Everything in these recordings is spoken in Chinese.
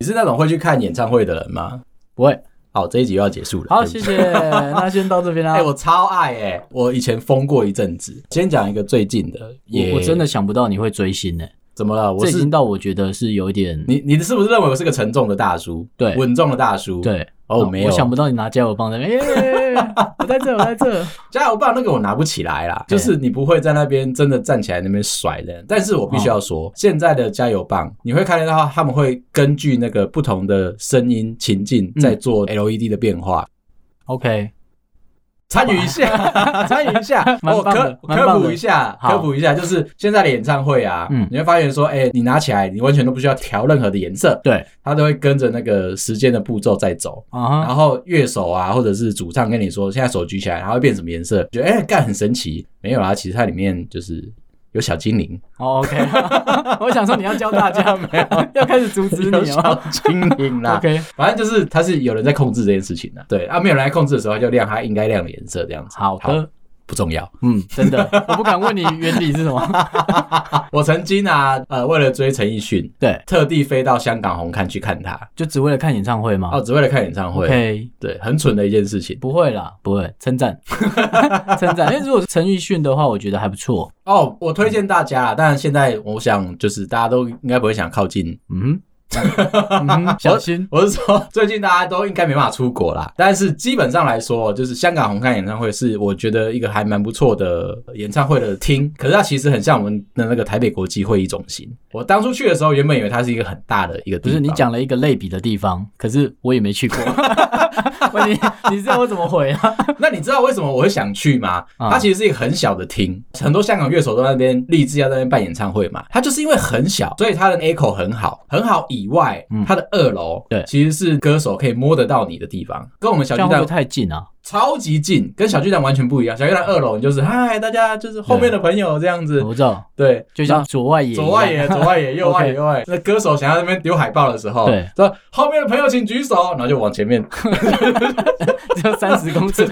是那种会去看演唱会的人吗？不会。好，这一集又要结束了。好，对不起谢 谢，那先到这边啊啦。哎、我超爱哎、我以前疯过一阵子。先讲一个最近的，也我我真的想不到你会追星呢、怎么了？我这已是经到我觉得是有一点你，你是不是认为我是个沉重的大叔？对稳重的大叔。，对哦啊没有我想不到你拿加油棒在那边，哎、我在这，我 在这，加油棒那个我拿不起来啦，对就是你不会在那边真的站起来那边甩的。但是我必须要哦说，现在的加油棒，你会看得到他们会根据那个不同的声音情境嗯在做 LED 的变化。 OK，参与一下， 参与一下， 蛮我棒科的蛮科棒普的一下，好科普一下，就是现在的演唱会啊，嗯你会发现说，哎、你拿起来，你完全都不需要调任何的颜色，对，它都会跟着那个时间的步骤在走。啊哈，然后乐手啊，或者是主唱跟你说，现在手举起来，它会变什么颜色？觉得哎，干、很神奇。没有啊，其实它里面就是有小精灵，好哦 OK，我 想说你要教大 家，没 有， 要开始阻止有 你小哦。精灵啦。 OK，反正就是它是有人在控制这件事情的、对啊，没有人来控制的时候，它就亮它应该亮的颜色，这样子。好的，不重要。嗯，真的，我不敢问你原理是什 么。我曾经啊，呃，为了追陈奕迅，对，特地飞到香港红磡去看他，就只为了看演唱会吗哦，只为了看演唱会。 ？OK，对，很蠢的一件事情。不会啦，不会，称赞， 称赞。因为如果是陈奕迅的话，我觉得还不错。哦，我推荐大家啦，但现在我想就是大家都应该不会想靠近。 嗯哼，嗯哼小心。我是说，最近大家都应该没办法出国啦，但是基本上来说，就是香港红磡演唱会是我觉得一个还蛮不错的演唱会的厅，可是它其实很像我们的那个台北国际会议中心。我当初去的时候，原本以为它是一个很大的一个地方，不是你讲了一个类比的地方，可是我也没 去过。我你你知道我怎么回 啊？ 那你知道为什么我会想去吗？啊它其实是一个很小的厅，很多香港乐手都在那边立志要在那边办演唱会嘛。它就是因为很小，所以它的 echo 很好，很好以外，嗯它的二楼对其实是歌手可以摸得到你的地方，跟我们小这巨样会不蛋会太近啊？超级近，跟小巨蛋完全不一样。小巨蛋二楼你就是嗨，大家就是后面的朋友这样子，我知道，对，就像那。左外野哦一样，左外 野，左外野，右外野， OK 右外野。那歌手想要在那边丢海报的时候，对，说后面的朋友请举手，然后就往前面只有三十公 尺，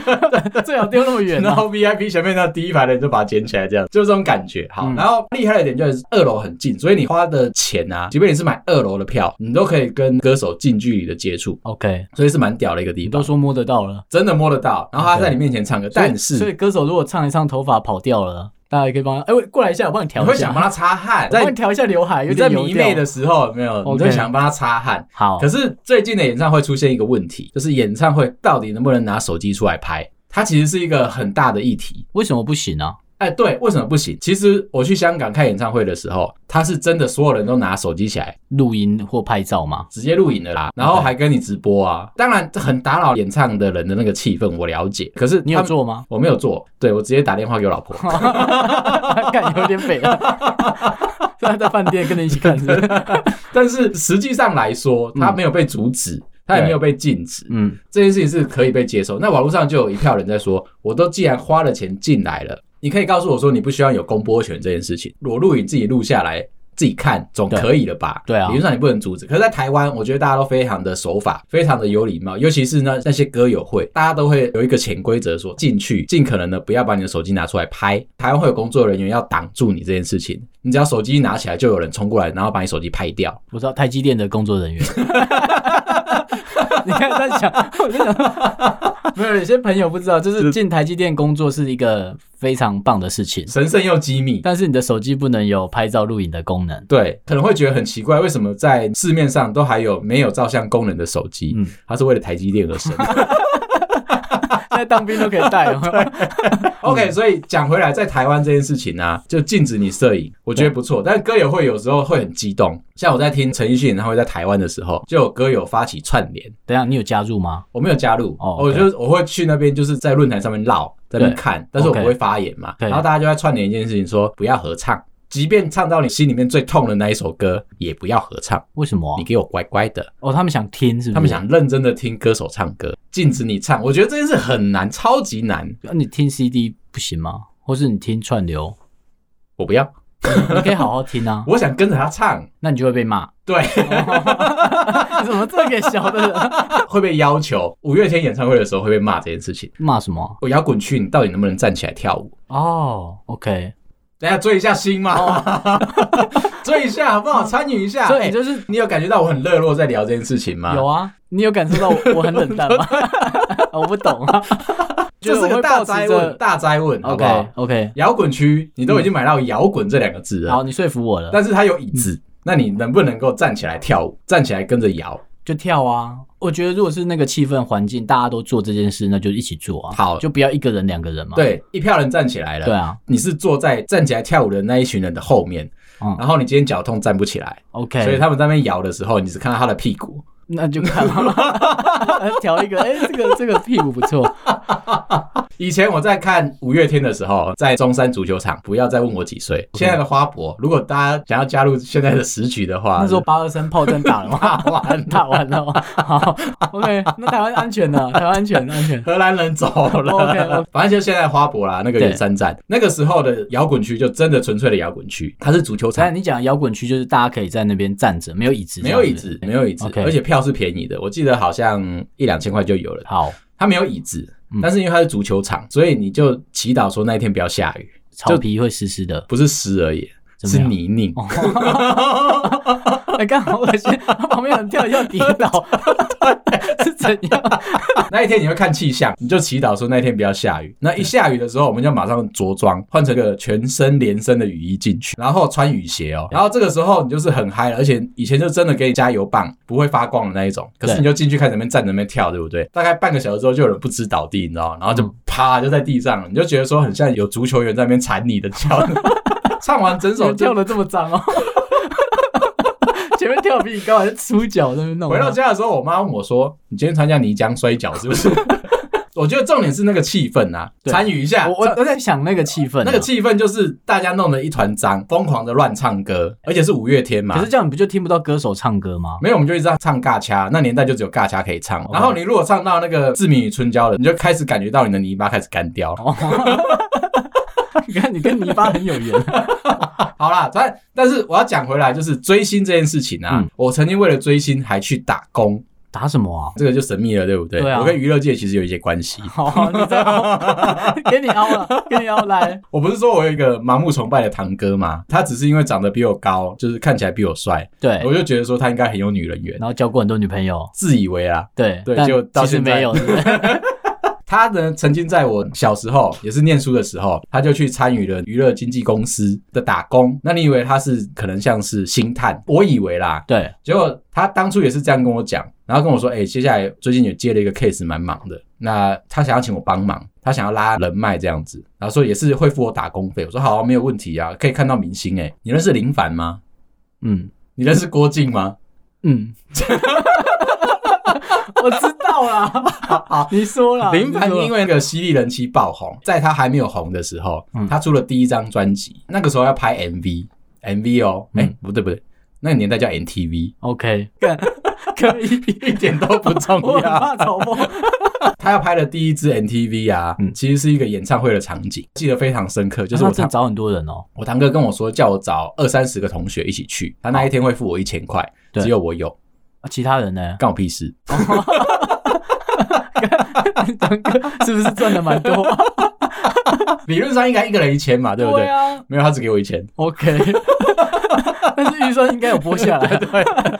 最好丢那么 远 然啊。后 VIP 前面那第一排的人就把它捡起来，这样就是这种感觉。好，嗯然后厉害的点就是二楼很近，所以你花的钱啊，即便你是买二楼的票，你都可以跟歌手近距离的接触， OK，所以是蛮屌的一个地你都方，说摸得到了，真的摸得到。然后他在你面前唱歌，但所以所是以歌手如果唱一唱头发跑掉了，大家也可以帮他，哎、喂，过来一下，我帮你调你一会想帮下，他擦汗，我帮在你调一下刘海，有你在点油迷妹掉的。时候有没有，你 OK 会想帮他擦汗。好可，是最近的演唱会出现一个问题，就是演唱会到底能不能拿手机出来拍？它其实是一个很大的议题。为什么不行啊？哎，对，为什么不行？其实我去香港看演唱会的时候，他是真的所有人都拿手机起来录音或拍照吗？直接录影了啦，然后还跟你直播啊。当然，这很打扰演唱的人的那个气氛，我了解。可是你他有们？做吗？我没有做，对我直接打电话给我老 婆。看有点北 啊，虽然在饭店跟你一起看是不是？但是实际上来说，他没有被阻止，他也没有被禁止，嗯，这件事情是可以被接受。那网络上就有一票人在说，我都既然花了钱进来了，你可以告诉我说你不需要有公播权这件事情，我录影自己录下来。自己看总可以了吧？对对啊理论上你不能阻止。可是，在台湾，我觉得大家都非常的守法，非常的有礼貌，尤其是呢那些歌友会，大家都会有一个潜规则，说进去尽可能的不要把你的手机拿出来拍。台湾会有工作人员要挡住你这件事情，你只要手机一拿起来，就有人冲过来，然后把你手机拍掉。我知道台积电的工作人员。 你看他想，我就想说，没有有些朋友不知道，就是进台积电工作是一个非常棒的事情，神圣又机密，但是你的手机不能有拍照录影的功能。对，可能会觉得很奇怪，为什么在市面上都还有没有照相功能的手机？嗯它是为了台积电而生。 现在当兵都可以带，有没 有 OK，所嗯以讲回来，在台湾这件事情呢、啊，就禁止你摄影，我觉得不错。但歌友会有时候会很激动，像我在听陈奕迅演唱会在台湾的时候，就有歌友发起串联，等一啊下你有加入吗？我没有加入，哦我对就我会去那边，就是在论坛上面唠，在那边对看，但是我 OK 不会发言嘛。对然后大家就在串联一件事情说，不要合唱，即便唱到你心里面最痛的那一首歌，也不要合唱，为什么啊你？给我乖乖的。哦，他们想听是不是？他们想认真的听歌手唱歌，禁止你唱，我觉得这件事很难，超级难。那啊你听 CD 不行吗？或是你听串流，我不要，你可以好好听 啊，我想跟着他唱，那你就会被骂。对，哦你 怎么这给小的人 会被要求。五月天演唱会的时候会被骂这件事情。 骂什么？啊我摇滚区，你到底能不能站起来跳舞？哦，OK、o k 等一下追一下星嘛， 追一下好不好？参与一下。哦所以哎你就是你有感觉到我很热络在聊这件事情吗？有啊，你有感受到我我很冷淡 吗？我不懂啊，这是就是我个会大抱持灾问，着大灾问，好不好 OK？OK，摇滚区你都已经买到摇滚这两个字了，好，嗯你说服我了，但是它有椅子，那你能不能够站起来跳舞，站起来跟着摇？就跳啊。我觉得如果是那个气氛环境，大家都做这件事，那就一起做啊。好就不要一个人两个人嘛。对，一票人站起来了，对啊你是坐在站起来跳舞的那一群人的后面，嗯然后你今天脚痛站不起来， ，OK，所以他们在那边摇的时候，你只看到他的屁股。那就 看吧，调一个，哎、这个这个屁股不错，以前我在看五月天的时候，在中山足球场，不要再问我几岁。现在的花博，如果大家想要加入现在的时局的话，那时候八二三炮弹打了吗？ 打完打完了吗？好，OK，那台湾安全的，台湾安全，安全。荷兰人走了 OK，OK 反正就现在花博啦，那个对圆山站，那个时候的摇滚区就真的纯粹的摇滚区，它是足球刚才场，你讲摇滚区就是大家可以在那边站着，没有椅子，没有椅子，这没样有椅子 OK 而且票是便宜的，我记得好像一两千块就有了。好，它没有椅子嗯，但是因为它是足球场，所以你就祈祷说那一天不要下雨，草皮会湿湿的。不是湿而已，怎么是样泥泞。哦哎，刚好恶 心，旁边有人跳一跳跌 倒，是怎样？ 那一天你会看气象，你就祈祷说那一天不要下雨。那一下雨的时候，我们就马上着装，换成个全身连身的雨衣进去，然后穿雨鞋哦。然后这个时候你就是很嗨了，而且以前就真的给你加油棒，不会发光的那一种。可是对你就进去开始在那边站着那边跳，对不对？大概半个小时之后就有人不知倒嗯地，你知道吗？然后就啪就在地上了，你就觉得说很像有足球员在那边铲你的 脚。唱完整怎首么就跳的这么脏哦？前面跳得比你高，还是出脚在那边弄啊？回到家的时候，我妈问我说：“你今天参加泥浆摔跤是不 是？”我觉得重点是那个气氛啊，对参与一下。我我我在想那个气氛 啊，那个气氛就是大家弄得一团脏，疯狂的乱唱歌，而且是五月天嘛。可是这样你不就听不到歌手唱 歌吗？没有，我们就一直在唱尬掐，那年代就只有尬掐可以唱。 OK 然后你如果唱到那个《志明与春娇》了，你就开始感觉到你的泥巴开始干掉。哦你看你跟泥巴很有缘，好啦，但但是我要讲回来，就是追星这件事情啊，嗯我曾经为了追星还去打工，打什么啊？这个就神秘了，对不对？对啊我跟娱乐界其实有一些关系。好，啊你再 凹，给你凹了，给你凹来。我不是说我有一个盲目崇拜的堂哥嘛，他只是因为长得比我高，就是看起来比我帅，对，我就觉得说他应该很有女人缘，然后交过很多女朋友，自以为啦。对，对但就到其实现在没有，对不对他呢，曾经在我小时候，也是念书的时候，他就去参与了娱乐经纪公司的打工。那你以为他是可能像是星探？我以为啦，对，结果他当初也是这样跟我讲，然后跟我说：“哎、接下来最近有接了一个 case，蛮忙的。那他想要请我帮忙，他想要拉人脉这样子，然后说也是会付我打工费。”我说：“好、啊，没有问题啊，可以看到明星、哎，你认识林凡吗？嗯你认识郭靖吗？嗯，我知道啦，你说啦，林凡你说因为那个《犀利人妻》爆红，在他还没有红的时候，嗯他出了第一张专辑，那个时候要拍 MV，MV 哦，哎、嗯不对不对，那个年代叫 NTV， OK，干可以，一点都不重我很要。怕嘲讽，他要拍的第一支 NTV 啊，嗯其实是一个演唱会的场景，记得非常深刻。就是我正堂找很多人哦，我堂哥跟我说，叫我找二三十个同学一起去，他那一天会付我一千块，对只有我有，啊其他人呢？干我屁事。张哥是不是赚的蛮多？理论上应该一个人一千嘛，对不对？啊没有，他只给我一千， ，OK，但是预算应该有拨 下来，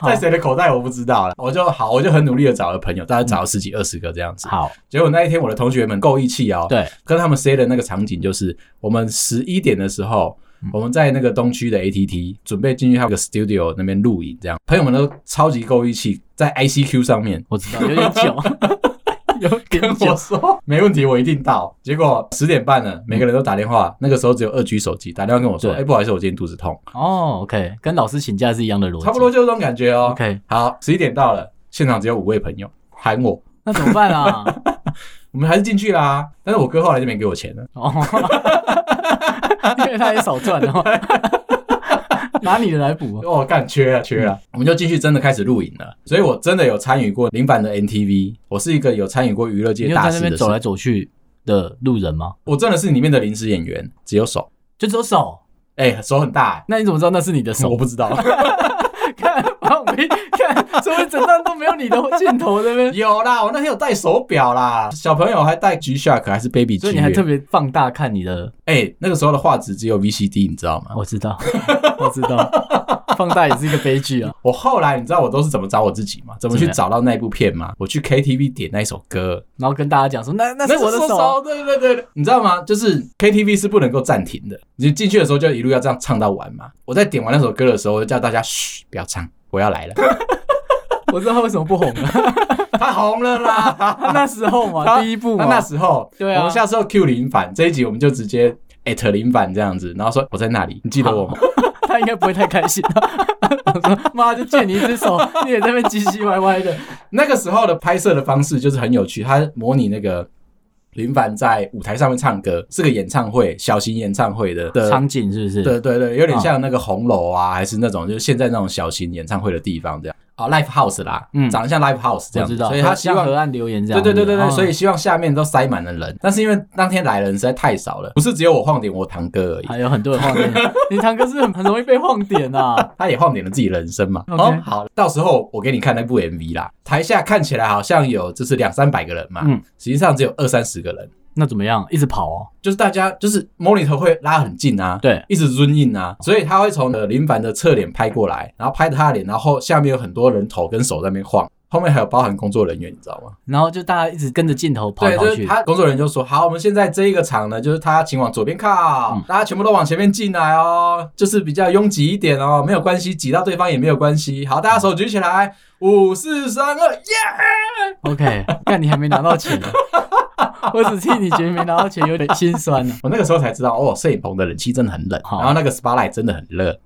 好在谁的口袋我不知道了。我就好，我就很努力的找了朋友，大概找了十几二十个这样子。嗯好，结果那一天我的同学们够义气哦，对，跟他们 say 的那个场景就是，我们十一点的时候，嗯我们在那个东区的 ATT 准备进去他们的 studio 那边录影，这样朋友们都超级够义气，在 ICQ 上面我知道有点久，有点跟久我， 说没问题，我一定到。结果十点半了，每个人都打电话，那个时候只有二 G 手机打电话跟我说，对哎、不好意思，我今天肚子痛，哦，OK，跟老师请假是一样的逻辑，差不多就是这种感觉哦。 OK，好，十一点到了，现场只有五位朋友喊我，那怎么办啊？我们还是进去啦。但是我哥后来就没给我钱了，哦，因为他也少赚 哦，拿你的来补。哦，干缺啊缺嗯啊，我们就进去真的开始录影了。所以我真的有参与过林凡的 NTV，我是一个有参与过娱乐你界就大在那事边的走啊事，来走去的路人吗？我真的是里面的临时演员，只有手，就只有手，哎、手很大、哎那你怎么知道那是你的我手？不知道，看，放屁！看，所以整段都没有你的镜头在那 边， 有啦，我那天有戴手表啦，小朋友还戴 G Shock 还是 Baby G，所以你还特别别放大看你的。哎、那个时候的画质只有 VCD，你知道吗？我知 道，我知道，放大也是一个悲剧啊。我后来你知道我都是怎么找我自己吗？怎么怎去么样找到那部片吗？我去 KTV 点那一首歌，然后跟大家讲说，那那 是那我的手手，对对对对，你知道吗？就是 KTV 是不能够暂停的，你进去的时候就一路要这样唱到完嘛。我在点完那首歌的时候，我就叫大家嘘，不要唱，我要来了，我知道他为什么不红了。 他红了啦。 他 那时候嘛，第一部那嘛，那时候，对啊我们下次要 Q 林凡这一集，我们就直接。艾特林凡这样子，然后说我在那里，你记得我吗？他应该不会太开心啊。 我说妈，就借你一只手，你也在那边唧唧歪歪的。 那个时候的拍摄的方式就是很有趣，他模拟那个林凡在舞台上面唱歌，是个演唱会，小型演唱会的的场景是不嗯是？对对对，有点像那个红楼啊，还是那种就是现在那种小型演唱会的地方这样啊、l i v e house 啦，嗯长得像 live house 这我样子，知道。所以他希像望河。岸留言这对样。对对对对，哦所以希望下面都塞满了人，但是因为当天来的人实在太少了，不是只有我晃点我堂哥而已，还有很多人晃 点。你堂哥是很很容易被晃点啊。他也晃点了自己人生嘛。 OK 哦，好，到时候我给你看那部 MV 啦，台下看起来好像有就是两三百个人嘛，嗯实际上只有二三十个人，那怎么样？一直跑哦。就是大家就是 monitor 会拉很近啊，对， 一直 zoom in 啊，所以他会从呃林凡的侧脸拍过来，然后拍着他的脸，然后下面有很多人头跟手在那边晃，后面还有包含工作人员，你知道吗？然后就大家一直跟着镜头跑来对，跑就是去。他工作人员就说：“好，我们现在这一个场呢，就是他请往左边靠，嗯大家全部都往前面进来哦，就是比较拥挤一点哦，没有关系，挤到对方也没有关系。好，大家手举起来，五四三二，耶！ OK，但你还没拿 到钱呢，我只替你觉得没拿到钱有点心酸呢、我那个时候才知道，哦，摄影棚的冷气真的很冷，好然后那个 spotlight 真的很热，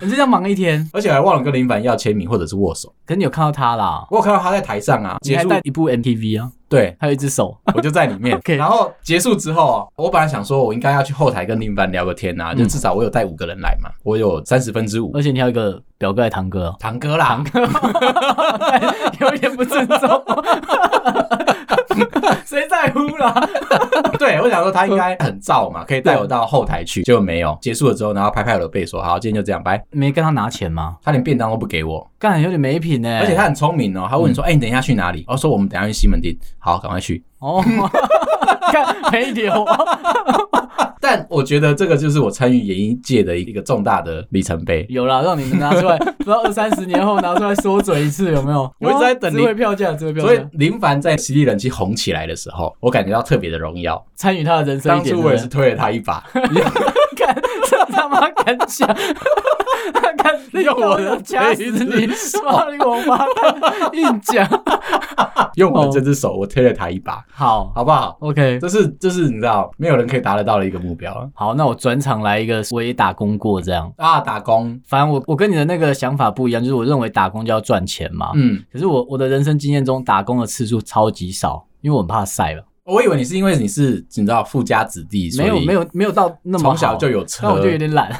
你就这样忙一天，而且还忘了跟林凡要签名或者是握手。可是你有看到他啦，我有看到他在台上啊，你结还束带一部 MTV 啊，对。”还有一只手，我就在里面。 OK 然后结束之后，啊我本来想说，我应该要去后台跟林凡聊个天啊，嗯就至少我有带五个人来嘛，我有三十分之五而且你还有一个表哥还呃堂哥、哦 ，堂哥啦，有点不尊重，谁在乎啦？ 对我想说他应该很燥嘛，可以带我到后台去，结果没有。结束了之后，然后拍拍我的背说：“好，今天就这样，拜。没跟他拿钱吗”？他连便当都不给我，干有点没品欸呢、而且他很聪明哦，他嗯问你说：“哎，你等一下去哪里？”我说：“我们等一下去西门町。”好，赶快去。哦， 看没啊留，但我觉得这个就是我参与演艺界的一个重大的里程碑。有啦，让你们拿出 来，不知道二三十年后拿出来说嘴一次有没有？我一直在等你有啊智慧票价，智慧票所以价，林凡在《犀利人气》红起来的时候，我感觉到特别的荣耀。参与他的人生当一点。初我也 对是不对推了他一把，敢，这他妈敢讲， 他敢用我的掐死锤子 你！妈你王八蛋，硬讲。 用我的这只手，我推了他一把，好好不好？ ，OK，这是这是你知道，没有人可以达得到的一个目标啊好，那我转场来一个，我也打工过这样。啊！打工，反正我我跟你的那个想法不一样，就是我认为打工就要赚钱嘛。嗯，可是我我的人生经验中，打工的次数超级少，因为我很怕晒了。我以为你是因为你是你知道富家子弟，没有所以没有没有到那么从小好就有那车，我就有点懒。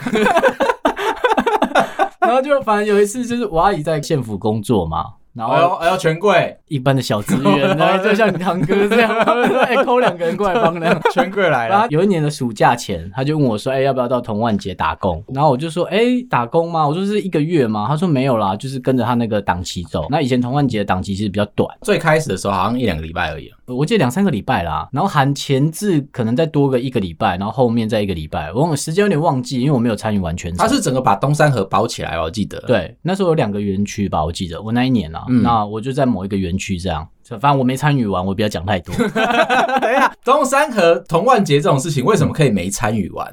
然后就反正有一次，就是我阿姨在县府工作嘛，然后哎呦哎呦，权贵 一般的小职员，然后就像你堂哥这样， 哎、抠两个人过来帮 这样。权贵来然了后，有一年的暑假前，他就问我说：“哎、要不要到童万节打工？”然后我就说：“哎、打工吗？我说是一个月吗？”他说：“没有啦，就是跟着他那个档期走。那以前童万节的档期其实比较短，最开始的时候好像一两个礼拜而已啊，我记得两三个礼拜啦，然后含前置可能再多个一个礼拜，然后后面再一个礼拜。我忘了时间有点忘记，因为我没有参与完全程。他是整个把东山河包起来哦吧，我记得。，对，那时候有两个园区吧，我记得我那一年啊，嗯那我就在某一个园区这样，反正我没参与完，我不要讲太 多。等一下，东山河同万节这种事情为什么可以没参与完？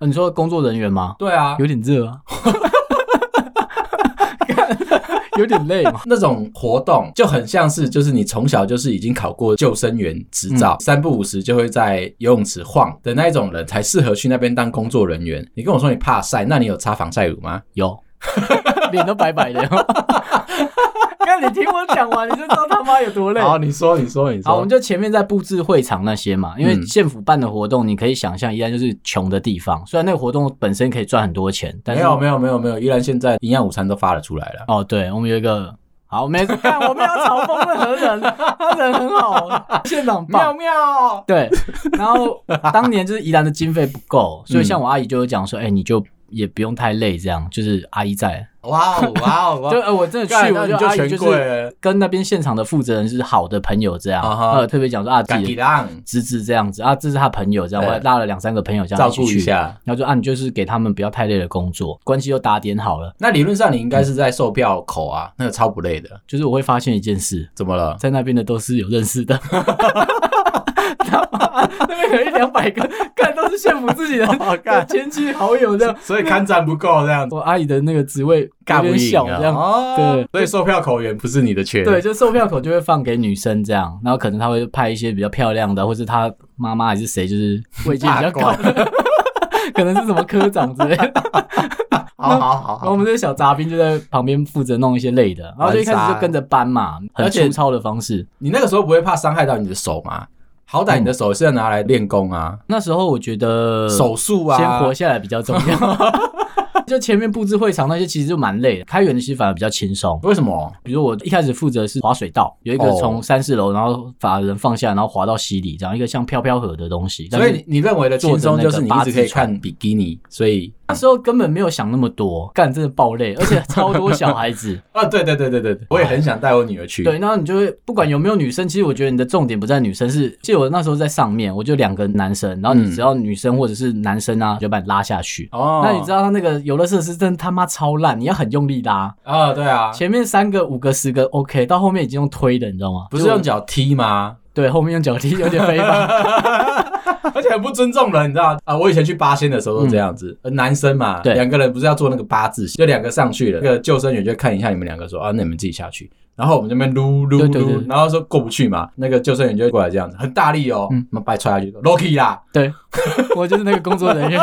哦你说工作人员吗？对啊，有点热啊， 有点累嘛。那种活动就很像是，就是你从小就是已经考过救生员执照，三不五时就会在游泳池晃的那一种人，才适合去那边当工作人员。你跟我说你怕晒，那你有擦防晒乳吗？有，脸都白白的。 看你听我讲完，你就知道他妈有多累。好，你说，你说，你好，我们说。就前面在布置会场那些嘛，因为嗯县府办的活动，你可以想象，依然就是穷的地方。虽然那个活动本身可以赚很多钱，但没是有没有没有没有，依然现在营养午餐都发了出来了。哦，对，我们有一个好，没事，看我们要嘲讽任何人，他人很好，县长棒。妙，嗯对，然后当年就是宜兰的经费不够，所以像我阿姨就有讲说，哎、你就也不用太累，这样就是阿姨在。哇哦哇 哦，哇就哦呃我真的去，干我那就你就阿姨权就贵是了跟那边现场的负责人是好的朋友这样，啊哈呃特别讲说啊自赶己紧的让侄子这样子啊，这是他朋友这样，对我还拉了两三个朋友这样照起顾去一。下。然后就啊，你就是给他们不要太累的工作，关系又打点好了。那理论上你应该是在售票口啊，那个超不累的。就是我会发现一件事，怎么了？在那边的都是有认识的。他妈 那边可能一两百个，看都是羡慕自己 的干亲戚好友这样。 所以看站不够这样子，哦我阿姨的那个职位尬有不赢点小，这样、啊。对哦，所以售票口员不是你的缺。对，，就售票口就会放给女生这样，然后可能他会派一些比较漂亮的，或是他妈妈还是谁，就是位阶比较高 的，可能是什么科长之类的。 好好好然后我好。们这些小杂兵就在旁边负责弄一些累的，然后就一开始就跟着搬嘛，很而且粗糙的方式。你那个时候不会怕伤害到你的手吗？好歹你的手是要拿来练功啊，那时候我觉得手术啊，呃先活下来比较重要。 就前面布置会场那些其实就蛮累的，开源的其实反而比较轻松。为什么？比如我一开始负责是滑水道，有一个哦从三四楼，然后把人放下，然后滑到溪里，这样一个像飘飘河的东西。所但以是你你认为的轻松就是你一直可以看比基尼，所以那时候根本没有想那么多，干真的爆 累，而且超多小孩子。啊，对对对对对，对我也很想带我女儿去。对，然后你就会不管有没有女生，其实我觉得你的重点不在女生，是记得我那时候在上面，我就两个男生，然后嗯你只要女生或者是男生啊，就把你拉下去。哦，那你知道他那个游乐设施真的他妈超烂，你要很用力拉，啊？对啊，前面三个、五个、十个 OK，到后面已经用推的，你知道吗？不是就用脚踢吗？对，后面用脚踢有点非 法。 而且很不尊重人，你知道啊？我以前去八仙的时候都这样子，呃男生嘛，嗯对两个人不是要做那个八字形，就两个上去了，那个救生员就看一下你们两个说啊，那你们自己下去。然后我们这边撸撸对对对撸，然后说过不去嘛，那个救生员就会过来这样子，很大力哦，嗯妈把你踹下去，Loki 啦，对， 我就是那个工作人员。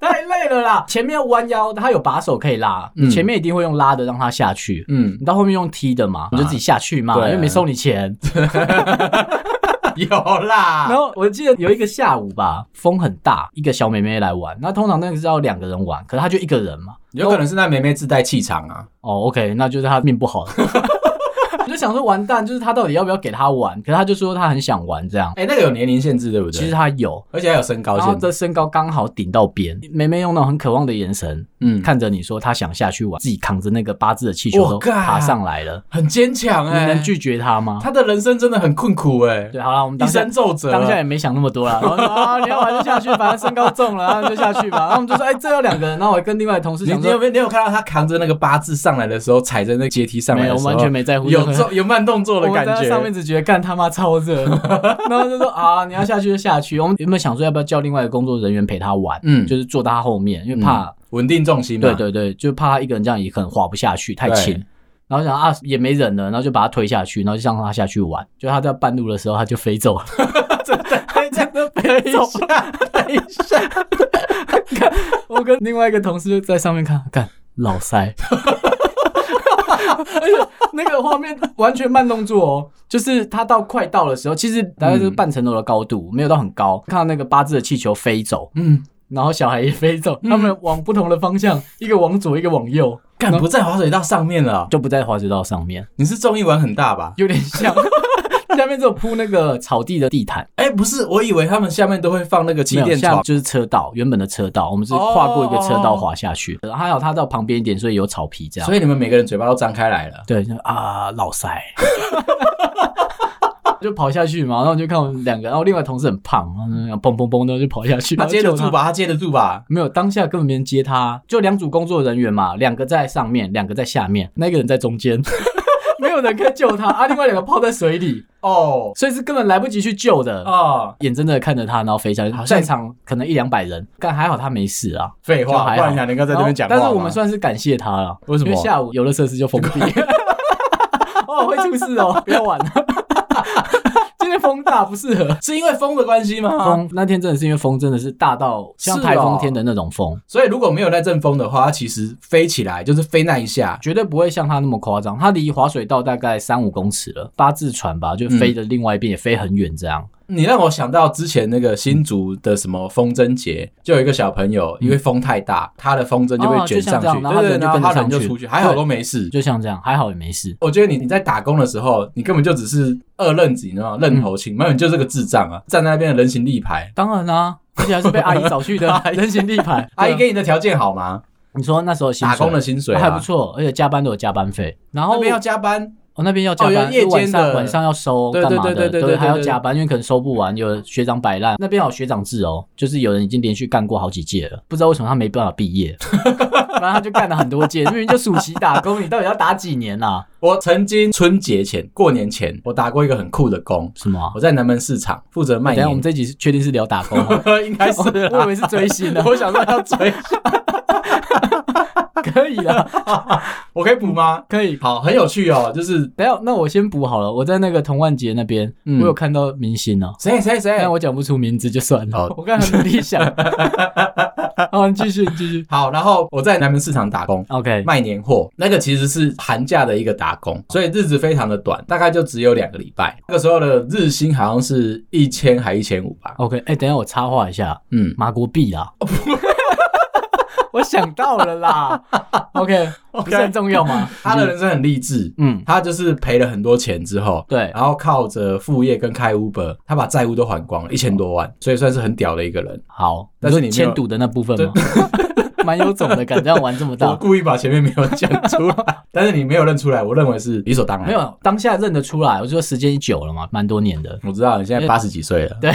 太累了啦！前面弯腰，他有把手可以拉，嗯你前面一定会用拉的让他下去。嗯，你到后面用踢的嘛，你就自己下去嘛，对啊因为没收你钱。 有啦，然后我记得有一个下午吧，风很大，一个小妹妹来玩。那通常那个是要两个人玩，可是她就一个人嘛。有可能是那妹妹自带气场啊，哦，OK，那就是她命不好。 我就想说，完蛋，就是她到底要不要给她玩？可是她就说她很想玩这样。哎，那个有年龄限制对不对？其实她有，而且还有身高然后限制，这身高刚好顶到边，梅梅用那种很渴望的眼神嗯，看着你说，她想下去玩，自己扛着那个八字的气球我都干爬上来了，很坚强你哎，能拒绝她吗？他的人生真的很困苦哎，对，好了，我们一当下生啊皱褶，当下也没想那么多啦，然后 说啊，你要玩就下去，反正身高重了，然后就下去吧。然后我们就说，哎，这有两个人，然后我跟另外的同事你讲你有说，没有你有看到他扛着那个八字上来的时候，踩着那个阶梯上来没的有，我时们候，完全没在乎，有做有慢动作的 我感们在觉。上面只觉得干他妈超热， 然后就说啊，你要下去就下去。我们原本想说要不要叫另外的工作人员陪他玩，嗯就是坐到他后面，因为怕稳定重心嘛，对对对，就怕他一个人这样也可能滑不下去，太对轻。然后想啊，也没人了，然后就把他推下去，然后就让他下去玩。就他在半路的时候，他就飞走了，真的飞走了。等一下， 看我跟另外一个同事就在上面看，看老塞，而且那个画面完全慢动作哦，就是他到快到的时候，其实大概是嗯半层楼的高度，没有到很高，看到那个八字的气球飞走，嗯，然后小孩也飞走，他们往不同的 方向，一个往左，一个往右，干不在滑水道上面了，啊就不在滑雪道上面，你是综艺玩很大吧？有点像 下面只有铺那个草地的地毯，哎，不是，我以为他们下面都会放那个没气有垫下床，就是车道，原本的车道，我们是哦跨过一个车道滑下去，还好它到旁边一点，所以有草皮这样。所以你们每个人嘴巴都张开来了。对，就啊老塞， 就跑下去嘛，然后就看我们两个，然后另外同事很胖，然后那样蹦蹦蹦的就跑下去，他接然得后救住吧？他接得住吧？没有，当下根本没人接他，就两组工作人员嘛，两个在上面，两个在下面，那个人在中间， 没有人可以救他啊，另外两个泡在水里，哦所以是根本来不及去救的。哦，眼睁睁的看着他，然后飞下去好，像在场可能一两百人，但还好他没事啊。废就话，还好不然你能够在这边讲话然吗。后但是我们算是感谢他了，为什么因为下午游乐设施就封闭。 哦，会出事 哦，不要玩了。今天风大，不适合。是因为风的关系吗？风那天真的是因为风真的是大到像啊是台风哦天的那种风，所以如果没有那阵风的话，它其实飞起来就是飞那一下，绝对不会像他那么夸张。他离滑水道大概三五公尺了，八字船吧，就飞嗯的另外一边也飞很远这样。你让我想到之前那个新竹的什么风筝节，就有一个小朋友因为风太大，他的风筝就被卷上去，哦就像这样然后对对，人就然后跟着他人上就去出去，还好都没事。就像这样，还好也没事。我觉得你你在打工的时候，你根本就嗯只是二愣子，你知道吗？愣头青，没有你就是个智障啊！站在那边的人形立牌， 当然啦、而且还是被阿姨找去的人形立牌。阿姨对啊给你的条件好吗？你说那时候薪水打工的薪水啊还不错，而且加班都有加班费。然后那边要加班，哦，那边要加哦有班，夜就晚间上的晚上要收对干嘛对的，对对对对还要对加班，因为可能收不完，有学长摆烂。那边有学长制哦，就是有人已经连续干过好几届了，不知道为什么他没办法 毕业，然后他就干了很多届，明明就暑期打工，你到底要打几年啊？我曾经春节前、过年前，我打过一个很酷的工，什么啊？我在南门市场负责卖等一下我们年。这集是确定是聊打工吗？ 应该是啦，我以为 是啊追星呢我想说要追， 可以啦，我可以补吗？可以。好，很有趣哦，就是等一下，那我先补好了。我在那个童万杰那边，嗯我有看到明星哦，谁谁谁但，我讲不出名字就算了哦。我刚才很努力 想。好，你继续，你继续。好，然后我在南门市场打工。 OK，卖年货，那个其实是寒假的一个打工，所以日子非常的短，大概就只有两个礼拜。那个时候的日薪好像是一千还一千五吧。 OK，哎、等一下我插话一下，嗯，马国碧啊啦， 我想到了啦。OK，不是很重要吗？他的人生很励志，嗯，他就是赔了很多钱之后，对然后靠着副业跟开 Uber，他把债务都还光了，一千多万，所以算是很屌的一个人。好，但是你你说没有迁赌的那部分吗？ 蛮有种的，敢这样玩这么我大。故意把前面没有讲出来， 但是你没有认出来，我认为是理所当然。没，有，当下认得出来，我就说时间久了嘛，蛮多 年的。我知道你现在八十几岁了。对，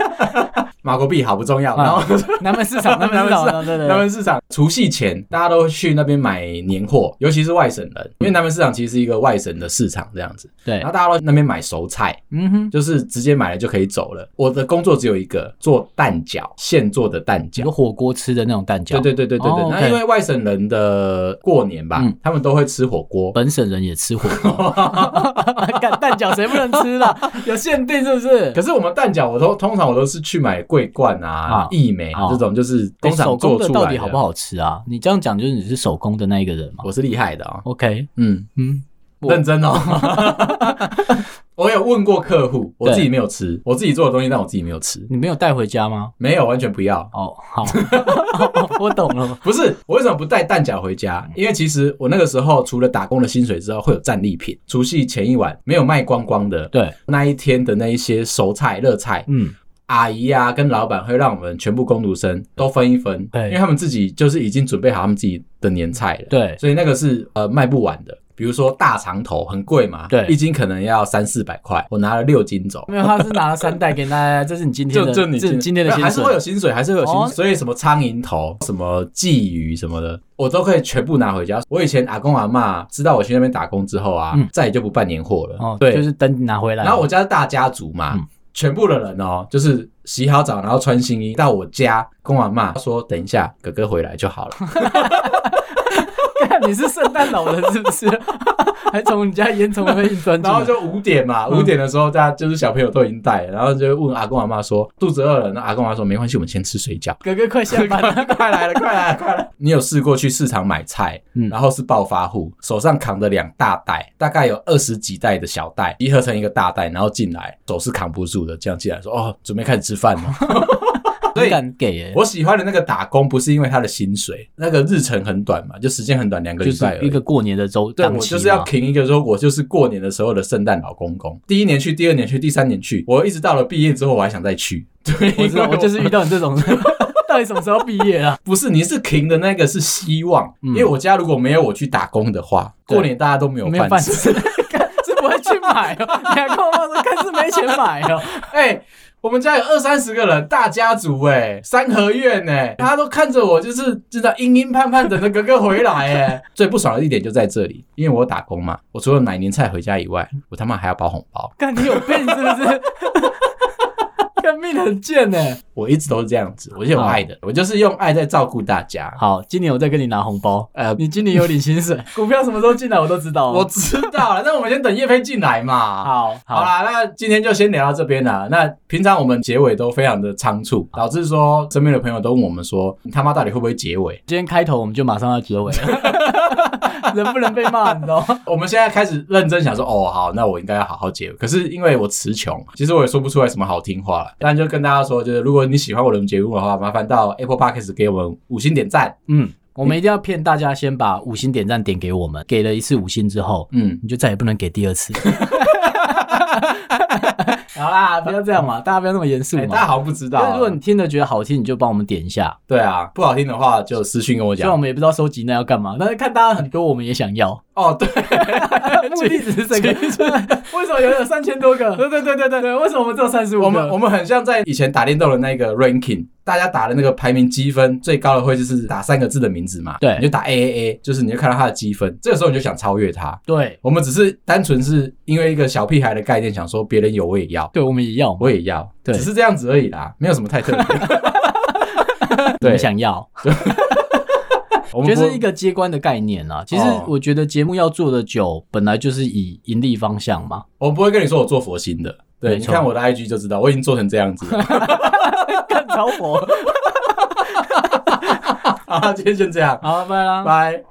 马国碧好不重要。啊然后 南门市场，南门市南门市场，对对南对，门市场除夕前，大家都去那边买年货，尤其是外省人，因为南门市场其实是一个外省的市场这样子，然对，后大家都去那边买熟菜，嗯哼，就是直接买了就可以走了。我的工作只有一个，做蛋饺，现做的蛋几饺个。火锅吃的那种蛋对饺，对对对对哦对，那 OK 因为外省人的过年吧嗯，他们都会吃火锅，本省人也吃火 锅，干蛋饺谁不能吃啦？有限定是不是？可是我们蛋饺，我都通常我都是去买桂冠啊啊、益美啊这种，就是工哎手厂工做的出到来底的。好不？好吃啊？你这样讲就是你是手工的那一个人嘛我是厉害的啊， ？OK，嗯，嗯，我认真哦。 我有问过客户，我自己没有吃，我自己做的东西，但我自己没有吃，你没有带回家吗？没有完全不要。哦， 好，我懂了。不是，我为什么不带蛋饺回家？因为其实我那个时候除了打工的薪水之后，会有战利品。除夕前一晚没有卖光光的，对，那一天的那一些熟菜、热菜，嗯，阿姨啊跟老板会让我们全部工读生都分一分，对因为他们自己就是已经准备好他们自己的年菜了，对所以那个是呃卖不完的。比如说大肠头很贵嘛，对一斤可能要三四百块，我拿了六斤走。没有，他是拿了三袋给大家，这是你今天的，这是今天没的有薪还是会水有。薪水，还是会有薪水。哦所以什么苍蝇头、什么鲫鱼什么的，我都可以全部拿回家。我以前阿公阿嬷知道我去那边打工之后啊，嗯再也就不办年货了。哦，对，就是等你拿回来。然后我家是大家族嘛，嗯全部的人哦，就是洗好澡，然后穿新衣到我家，跟我妈说等一下哥哥回来就好了。 看你是圣诞老人是不 是？还从你家烟囱那边硬钻进然后来。就五点嘛，五点的时候大家就是小朋友都已经带了，然后就会问阿公阿妈说肚子饿了，那阿公阿妈说没关系，我们先吃水饺。哥哥快下班 了， 快来了，快来了，快来了！你有试过去市场买菜，嗯然后是暴发户，手上扛着两大袋，大概有二十几袋的小袋，集合成一个大袋，然后进来，手是扛不住的，这样进来说哦，准备开始吃饭了。 所很以敢给耶，我喜欢的那个打工，不是因为他的薪水，那个日程很短嘛，就时间很短，两个就礼拜是而已。一个过年的周对，档我期 就是要嘛停一个说，我就是过年的时候的圣诞老公公。第一年去，第二年去，第三年去，我一直到了毕业之后，我还想再去。对，我知道，因为我就是遇到你这 种人，到底什么时候毕业啊？不是你是停的那个是希望，嗯因为我家如果没有我去打工的话，对过年大家都没有没有饭饭吃。吃， 干是不会去买 哦。你还跟我妈说，看是没钱买哦。 哎、我们家有二三十个人，大家族哎、三合院哎、大家都看着我，就是知道阴阴盼盼等着哥哥回来哎、 最不爽的一点就在这里，因为我打工嘛，我除了买年菜回家以外，我他妈还要包红包，看你有病是不 是？看命很贱呢。我一直都是这样子，我哦是有爱的，我就是用爱在照顾大家。好，今年我再跟你拿红包。呃，你今年有领薪水， 股票什么时候进来我都知道哦。我知道了，那我们先等叶飞进来嘛。好好好啦，那今天就先聊到这边啦。那平常我们结尾都非常的仓促，导致说身边的朋友都问我们说，你他妈到底会不会结尾？今天开头我们就马上要结尾了， 能不能被骂你哦？我们现在开始认真想说，哦，好，那我应该要好好结尾。可是因为我词穷，其实我也说不出来什么好听话了。但就跟大家说，就是如果你喜欢我的节目的话，麻烦到 Apple Podcast 给我们五星点赞。嗯，我们一定要骗大家，先把五星点赞点给我们，给了一次五星之后， 嗯，你就再也不能给第二次。好啦，不要这样嘛，大家不要那么严肃哎大家嘛。好像不知道但啊。是如果你听的觉得好听，你就帮我们点一下。对啊，不好听的话就私讯跟我虽然我讲。们也不知道收集那要干嘛，但是看大家很多，我们也想要。哦，对， 目的只是这个， 为什么有有三千多个？对对对对对对，为啊什么我们只有三十五个？我们我们很像在以前打电动的那个 ranking，大家打的那个排名积分最高的会就是打三个字的名字嘛，对你就打 A A A，就是你就看到他的积分，这个时候你就想超越他。对我们只是单纯是因为一个小屁孩的概念，想说别人有我也要，对，我们也要嘛，我也要，对只是这样子而已啦，没有什么太特别。 我对们，想要。我我们觉不得是一个接关的概念啊。其实哦我觉得节目要做的久，本来就是以盈利方向 嘛。我不会跟你说我做佛心的，对，没你错看我的 IG 就知道，我已经做成这样子了。 更着火。好，今天先这样，好，拜啦。拜。